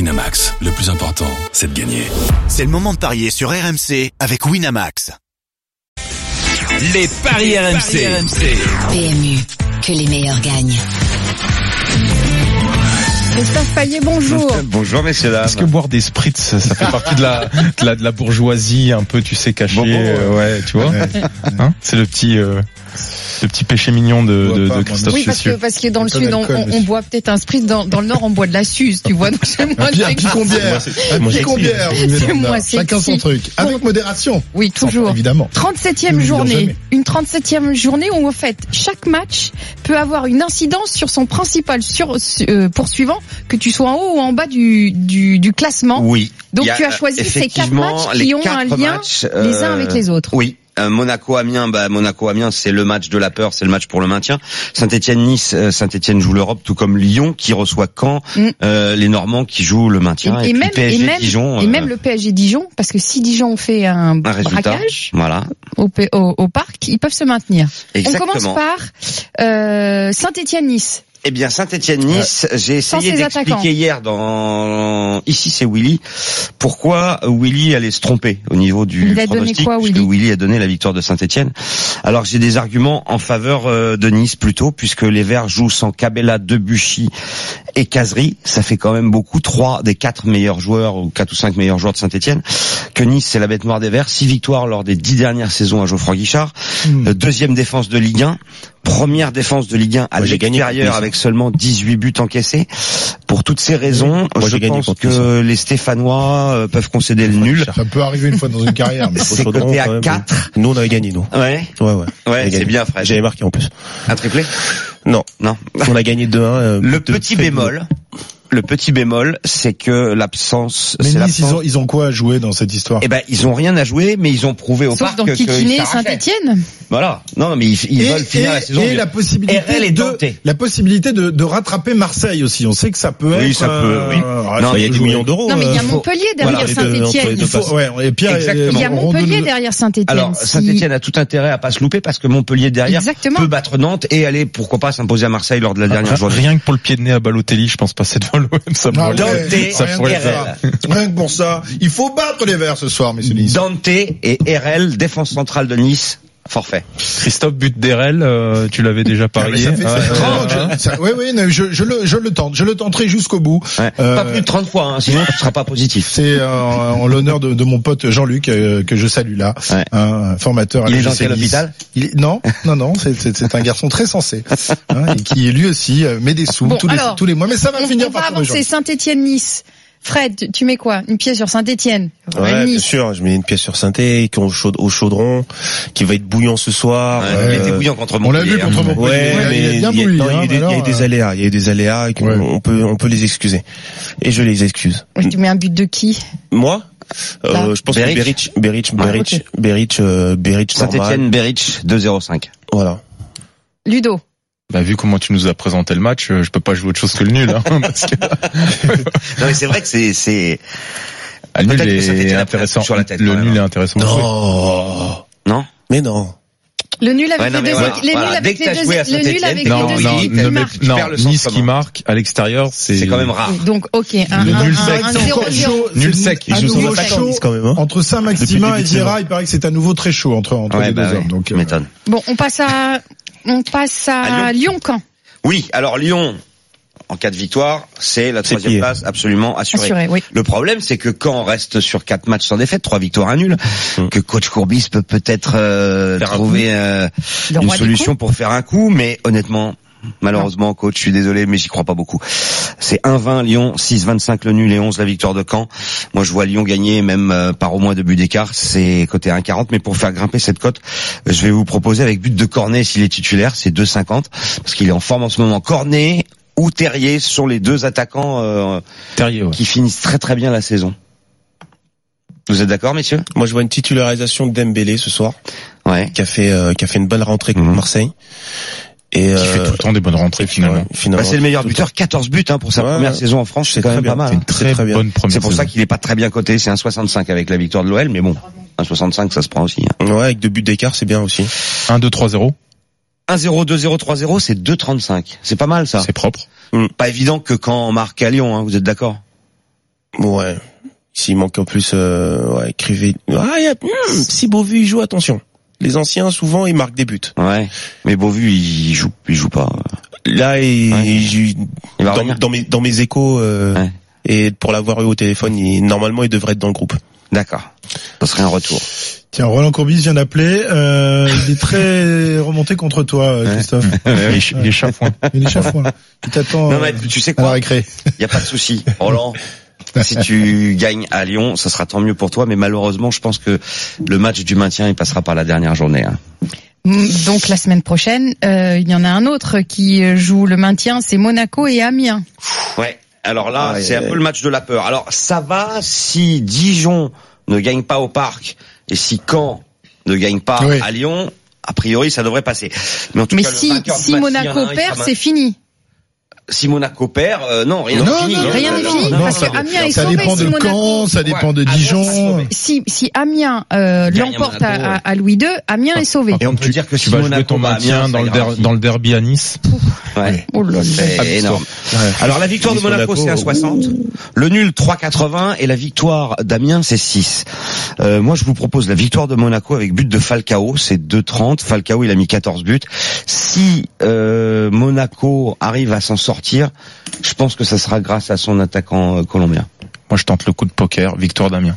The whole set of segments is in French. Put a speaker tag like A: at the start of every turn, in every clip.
A: Winamax, le plus important, c'est de gagner.
B: C'est le moment de parier sur RMC avec Winamax.
C: Les paris, RMC.
D: PMU, que les meilleurs gagnent.
E: Christophe Payet, bonjour.
F: Bonjour messieurs dames.
G: Est-ce que boire des spritz, ça, ça fait partie de la, de la de la bourgeoisie un peu, tu sais, cachée,
F: Bon, bon, ouais.
G: euh, ouais, tu vois. Hein c'est le petit euh, le petit péché mignon de, de, de Christophe
E: Oui, parce que,
G: Cessieux.
E: parce que dans le
H: Pas
E: sud, on,
H: d'alcool,
E: on- on
H: monsieur.
E: boit peut-être un spritz. Dans, dans le nord, on boit de la suze, tu vois. Donc c'est moins
H: Puis un
E: sexy.
H: picombière. Un
G: moi,
H: picombière. vous venez
E: C'est
H: d'en
E: moi,
H: avoir.
E: sexy.
H: Chacun son truc. Avec modération.
E: Oui, toujours.
H: Évidemment.
E: 37e
H: Nous n'oublions
E: journée.
H: jamais.
E: Une 37e journée où, en fait, chaque match peut avoir une incidence sur son principal sur, euh, poursuivant, que tu sois en haut ou en bas du, du, du classement.
F: Oui.
E: Donc
F: Il y a,
E: tu as choisi ces quatre
F: effectivement
E: matchs
F: les
E: qui ont un
F: quatre
E: lien
F: matchs,
E: les uns
F: euh,
E: avec les autres.
F: Oui. Euh, Monaco Amiens, bah Monaco Amiens, c'est le match de la peur, c'est le match pour le maintien. Saint-Étienne Nice, euh, Saint-Étienne joue l'Europe, tout comme Lyon qui reçoit Caen,
E: Mm.
F: euh, les Normands qui jouent le maintien
E: Et- et
F: puis
E: même-
F: PSG
E: et même-
F: Dijon.
E: Et
F: euh,
E: même le PSG Dijon, parce que si Dijon fait un,
F: un résultat.
E: braquage
F: Voilà.
E: au, P- au- au parc, ils peuvent se maintenir.
F: Exactement.
E: On commence par euh, Saint-Étienne-Nice.
F: Eh bien, Saint-Étienne-Nice, j'ai
E: Sans
F: essayé
E: ses attaquants.
F: d'expliquer hier dans ici c'est Willy pourquoi Willy allait se tromper au niveau du
E: Il a donné
F: pronostic
E: quoi,
F: puisque
E: Willy
F: Willy a donné la victoire de Saint-Étienne. Alors j'ai des arguments en faveur euh, de Nice plutôt puisque les Verts jouent sans Cabella, Debuchy et Casery, ça fait quand même beaucoup trois des quatre meilleurs joueurs ou quatre ou cinq meilleurs joueurs de Saint-Étienne. Que Nice c'est la bête noire des Verts, six victoires lors des dix dernières saisons à Geoffroy Guichard,
H: Hmm.
F: Euh, deuxième défense de Ligue 1 première défense de Ligue 1 à
I: Moi, j'ai gagné
F: l'extérieur
I: contre
F: avec seulement 18 buts encaissés. Pour toutes ces raisons,
I: Moi,
F: je
I: j'ai gagné
F: pense
I: contre
F: que les Stéphanois euh, peuvent concéder le nul.
H: Ça peut arriver une fois dans une carrière. Mais
F: C'est
I: Chaudron,
F: coté
I: quand
F: à
I: même.
F: 4.
I: Nous, on avait gagné, nous.
F: Ouais,
I: Ouais, ouais. On a
F: ouais,
I: gagné.
F: c'est bien Fred.
I: J'avais marqué en plus.
F: Un triplé
I: Non.
F: Non.
I: On a gagné 2-1. euh,
F: Le
I: de
F: petit
I: Fred
F: bémol, le petit bémol, c'est que l'absence,
H: mais
F: c'est
H: Nice, ils
F: l'absence-
H: ont, ils ont quoi à jouer dans cette histoire
F: Eh ben, ils ont rien à jouer, mais ils ont prouvé au
E: Sauf
F: parc euh,
E: dans
F: que- qu'ils
E: Kitiné
F: s'arrachaient.
E: Saint-Étienne.
F: Voilà. Non, non, mais ils, ils
H: et,
F: veulent finir
H: et-
F: la saison.
H: et
F: bien.
H: la possibilité
F: RL est
H: de,
F: dentée.
H: la possibilité de, de rattraper Marseille aussi. On sait que ça peut
F: Oui,
H: être.
F: ça peut, oui.
H: ah,
F: Non,
H: ça
I: Bah, Il y a
H: peut
I: 10
H: jouer.
I: millions d'euros.
E: Euh, Non, mais il y a
I: euh,
E: Montpellier derrière
I: voilà, les deux- entre les
E: Saint-Étienne.
I: deux.
H: Il faut, ouais, et Pierre,
F: Exactement.
E: Il y a
H: on redonne
E: Montpellier
H: le-
E: derrière Saint-Étienne.
F: Alors,
E: qui-
F: Saint-Etienne a tout intérêt à pas se louper parce que Montpellier derrière
E: Exactement.
F: peut battre Nantes et aller, pourquoi pas, s'imposer à Marseille lors de la dernière
G: Rien-
F: journée.
G: Rien que pour le pied de nez à Balotelli, je pense passer devant l'OM, ça pourrait-
H: Ah, ouais,
F: Dante,
H: ça
G: rien
H: pourrait
G: que
H: le faire. Rien que pour ça. Il faut battre les Verts ce soir, messieurs Nice.
F: Dante et RL, défense centrale de Nice, forfait.
G: Christophe but d'Erel, euh, tu l'avais déjà
H: Ah, mais
G: parié.
H: ça fait- ça
G: Ouais,
H: fait
G: ouais,
H: vraiment
G: ouais.
H: que je- ça- Oui, oui, non, je, je le, je le tente. Je le tenterai jusqu'au bout.
F: Ouais.
H: Euh,
F: Pas plus de 30 fois, hein, sinon tu seras pas positif.
H: C'est euh, en l'honneur de, de mon pote Jean-Luc euh, que je salue là,
F: Ouais.
H: un formateur. à
F: Il est dans
H: l'OGC
F: quel
H: Nice.
F: hôpital
H: Il est- Non, non, non, c'est- c'est c'est un garçon très sensé hein, et qui lui aussi euh, met des sous
E: Bon,
H: tous, les,
E: alors,
H: tous les mois. Mais ça va
E: On,
H: finir
E: on
H: par
E: va
H: trouver
E: avancer
H: Jean-Luc.
E: Saint-Étienne-Nice. Fred, tu- tu mets quoi Une pièce sur Saint-Étienne.
I: Ouais, bien
E: nice.
I: sûr. Je mets une pièce sur synthé, qui ont chaud- au chaudron, qui va être bouillant ce soir.
F: Ouais,
I: euh,
F: il était bouillant contre
H: On l'a vu
F: Montpellier. hein.
H: contre Montpellier. il
I: Ouais,
H: a- il
I: mais
H: a bien hein,
I: il y a-
H: voulu.
I: non, il y a des- il y a des aléas, il y a eu des aléas, et qu'on-
H: euh. Ouais.
I: on peut, on peut les excuser. Et je les excuse.
E: Tu mets un but de qui
I: Moi,
E: Bah,
I: euh, je pense que
F: Beric.
I: Beric, Beric,
F: Ah,
I: Beric, Beric, euh, Beric, normal.
F: Saint-Etienne, Berich, 2-0-5.
I: Voilà.
E: Ludo.
G: Bah, vu comment tu nous as présenté le match, euh, je peux pas jouer autre chose que le nul, hein, parce que
F: Non, mais c'est vrai que c'est, c'est,
G: Ah, le
F: Peut-être
G: nul
F: que
G: est
F: Saint-Étienne a pris
G: intéressant.
F: sur la tête,
G: le
F: quand même.
G: nul est intéressant.
I: Non.
F: non?
I: Mais non.
E: Le nul
F: Ouais,
E: avec
F: non,
E: les
F: mais
E: deux
F: voilà,
E: équipes- les nuls
F: voilà. Dès
E: avec
F: que
E: les
F: t'as
E: deux
F: joué à
E: le nul
F: Saint-Étienne,
E: avec les
G: Non,
E: deux
G: non,
E: équipes
G: ne mets-
E: marquent.
F: tu perds
G: non,
F: le sens
G: Nice qui
F: comment
G: marque à l'extérieur, c'est euh,
F: C'est quand même rare.
E: Donc, ok, un
G: Le
E: un-
G: nul
E: un-
G: sec.
E: un
H: C'est
E: zéro-
H: encore
E: zéro.
H: chaud.
G: Nul
H: C'est
G: sec.
H: à
I: Ils jouent sans
H: nouveau
I: attaquant,
H: chaud.
I: Nice, quand même, hein.
H: Entre
I: Depuis
H: Saint-Maximin
I: le
H: et
I: début de
H: Viera, il paraît que c'est à nouveau très chaud entre, entre
F: Ouais,
H: les
F: bah
H: deux
F: ouais,
H: hommes. Donc,
F: tu
H: euh,
F: m'étonnes.
E: Bon, on passe à, on passe à
F: À
E: Lyon-Camp.
F: Oui, alors Lyon, en cas de victoire, c'est la
I: C'est
F: troisième
I: plié.
F: place absolument assurée.
E: Assuré, oui.
F: Le problème, c'est que quand on reste sur quatre matchs sans défaite, trois victoires à nul, que coach Courbis peut peut-être euh,
G: Mm. Faire un
F: trouver euh,
E: Le
F: une
E: roi des
F: solution pour faire un coup, mais honnêtement, malheureusement, coach, je suis désolé, mais j'y crois pas beaucoup. C'est 1-20 Lyon, 6-25 le nul et 11 la victoire de Caen. Moi, je vois Lyon gagner, même euh, par au moins deux buts d'écart. C'est côté 1,40, mais pour faire grimper cette cote, je vais vous proposer avec but de Cornet s'il est titulaire, c'est 2,50 parce qu'il est en forme en ce moment. Cornet ou Terrier sont les deux attaquants euh,
G: Terrier, ouais.
F: qui finissent très très bien la saison. Vous êtes d'accord, messieurs
I: Moi, je vois une titularisation d'Embélé ce soir,
F: Ouais.
I: qui a fait, euh, qui a fait une bonne rentrée contre
F: Mhm.
I: Marseille. Et euh,
G: Qui fait tout le temps des bonnes rentrées, finalement.
F: Bah, c'est le meilleur buteur, 14 buts hein, pour sa
I: Ouais,
F: première
I: ouais.
F: saison en France, c'est
I: C'est
F: quand
I: très
F: même
I: bien.
F: pas mal.
I: C'est
F: hein.
I: une très, très bien.
G: bonne première
F: C'est pour ça
G: saison.
F: qu'il est pas très bien coté, c'est un 65 avec la victoire de l'OL, mais bon, un 65 ça se prend aussi. hein.
I: Ouais, avec deux buts d'écart, c'est bien aussi.
G: 1, 2, 3, 0.
F: 1-0, 2-0, 3-0, c'est 2-35. C'est pas mal ça.
G: C'est propre.
F: Pas évident que quand on marque à Lyon, hein, vous êtes d'accord
I: Ouais. S'il manque en plus, euh, ouais, Crivé. Ah, y a... hmm, si Beauvu il joue, attention. Les anciens, souvent, ils marquent des buts.
F: Ouais. Mais Beauvu, il joue, il joue pas.
I: Là, il,
F: Ouais.
I: il-
F: Il va
I: dans,
F: revenir.
I: dans mes, dans mes échos, euh,
F: Ouais.
I: et pour l'avoir eu au téléphone, il- normalement, il devrait être dans le groupe.
F: D'accord. Ça serait un retour.
H: Tiens, Roland Courbis vient d'appeler. Euh, il est très remonté contre toi, euh, Christophe.
G: Il est- il est chafouin.
H: Il est chafouin. Il t'attend
F: Non
H: euh,
F: mais tu sais
H: à la
F: quoi
H: récré.
F: Il y a pas de souci, Roland. Si tu gagnes à Lyon, ça sera tant mieux pour toi, mais malheureusement, je pense que le match du maintien, il passera par la dernière journée. hein.
E: Mm, Donc la semaine prochaine, euh, il y en a un autre qui euh, joue le maintien, c'est Monaco et Amiens.
F: Ouais. Alors là,
I: Aïe,
F: c'est un
I: aïe,
F: peu
I: aïe.
F: le match de la peur. Alors ça va si Dijon ne gagne pas au parc et si Caen ne gagne pas
H: Oui.
F: à Lyon. A priori, ça devrait passer. Mais en tout
E: Mais
F: cas, le
E: si,
F: vainqueur
E: si
F: du match, s'il y en
E: Monaco
F: a un, il
E: perd,
F: sera
E: c'est fini.
F: main- si Monaco perd, euh, non, rien n'est
H: Non,
F: fini.
H: non,
F: hein.
E: Rien n'est fini,
H: non,
E: parce
H: non,
E: que Amiens est
H: Ça
E: sauvé
H: dépend
E: si
H: de Caen,
E: Monaco...
H: ça dépend de
F: Ouais. Ah,
H: Dijon.
E: Si, si Amiens euh,
F: Gagne à
E: l'emporte
F: Monaco,
E: à,
F: ouais.
E: à Louis II, Amiens est sauvé.
F: Et on peut
G: Tu-
F: dire que
G: Tu
F: si
G: vas
F: Monaco
G: jouer ton
F: bat
G: maintien
F: Amiens,
G: dans
F: ça
G: le,
F: ira
G: der- dans le derby à Nice.
F: Ouais.
E: Oh là là.
F: C'est énorme. Alors la victoire de
I: Nice,
F: Monaco, c'est
I: Monaco, euh,
F: à 60, le nul 3,80 et la victoire d'Amiens, c'est 6. Euh, moi, je vous propose la victoire de Monaco avec but de Falcao, c'est 2,30. Falcao, il a mis 14 buts. Si euh, Monaco arrive à s'en sortir, je pense que ça sera grâce à son attaquant euh, colombien.
G: Moi, je tente le coup de poker, victoire d'Amiens.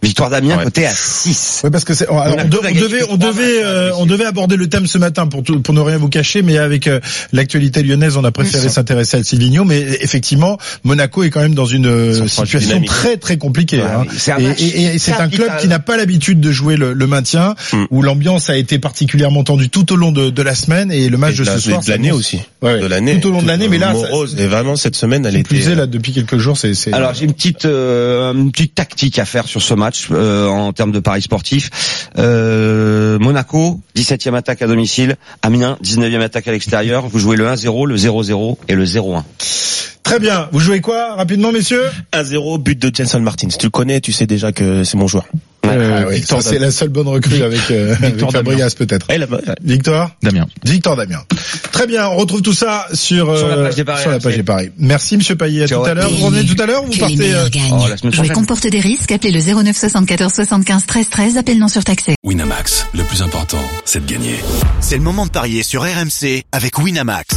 F: Victoire d'Amiens,
G: Ouais.
F: côté à 6.
H: Oui, parce que c'est. alors,
F: On a
H: on, de-
F: tout à
H: on
F: gagner
H: devait,
F: sur
H: on
F: trois
H: devait,
F: matchs,
H: euh,
F: hein,
H: on devait aborder le thème ce matin pour tout- pour ne rien vous cacher, mais avec euh, l'actualité lyonnaise, on a préféré s'intéresser à Silvigno. Mais effectivement, Monaco est quand même dans une euh,
I: Ils sont proches
H: situation
I: dynamique.
H: très très compliquée.
F: Ouais,
H: hein.
F: oui, c'est un
H: Et,
F: match
H: et- et c'est un
F: capital.
H: club qui n'a pas l'habitude de jouer le, le maintien,
I: Mm.
H: où l'ambiance a été particulièrement tendue tout au long de, de la semaine et le match
I: Et
H: de,
I: de la-
H: ce soir.
I: de l'année
H: s'annonce-
I: aussi.
H: Ouais, ouais.
I: De l'année.
H: Tout au long de l'année, mais là, ça-
I: morose. Et vraiment, cette semaine, elle
H: Qui plus
I: était. euh,
H: est, là depuis quelques jours, c'est. c'est-
F: euh. Alors j'ai une petite euh, une petite tactique à faire sur ce match euh, en termes de paris sportifs. Euh, Monaco 17e attaque à domicile, Amiens 19e attaque à l'extérieur. Vous jouez le 1-0, le 0-0 et le 0-1.
H: Très bien. Vous jouez quoi rapidement, messieurs
F: Euh,
I: 1-0, but de Jenson Martins. Tu le connais, tu sais déjà que c'est mon joueur.
F: Ah
H: Euh, oui, ça, C'est la seule bonne recrue avec, euh, avec
G: Victor
H: Fabregas peut-être.
I: Eh, la-
H: Victoire
G: Damien.
H: Victor Damien. Très bien, on retrouve tout ça sur, euh,
F: Sur la page des paris
H: sur la
F: RMC.
H: page des paris. Merci Monsieur Payet. À
F: Ciao
H: tout à
F: à
H: l'heure.
D: tous.
H: Vous revenez tout à l'heure. ou Vous
D: que les
H: partez. euh,
D: meilleurs
F: oh,
D: gagnent.
F: la semaine
D: Jouer
F: prochaine.
D: comporte des risques. Appelez le 09 74 75 13 13. Appel non surtaxé.
A: Winamax, le plus important, c'est de gagner.
B: C'est le moment de parier sur RMC avec Winamax.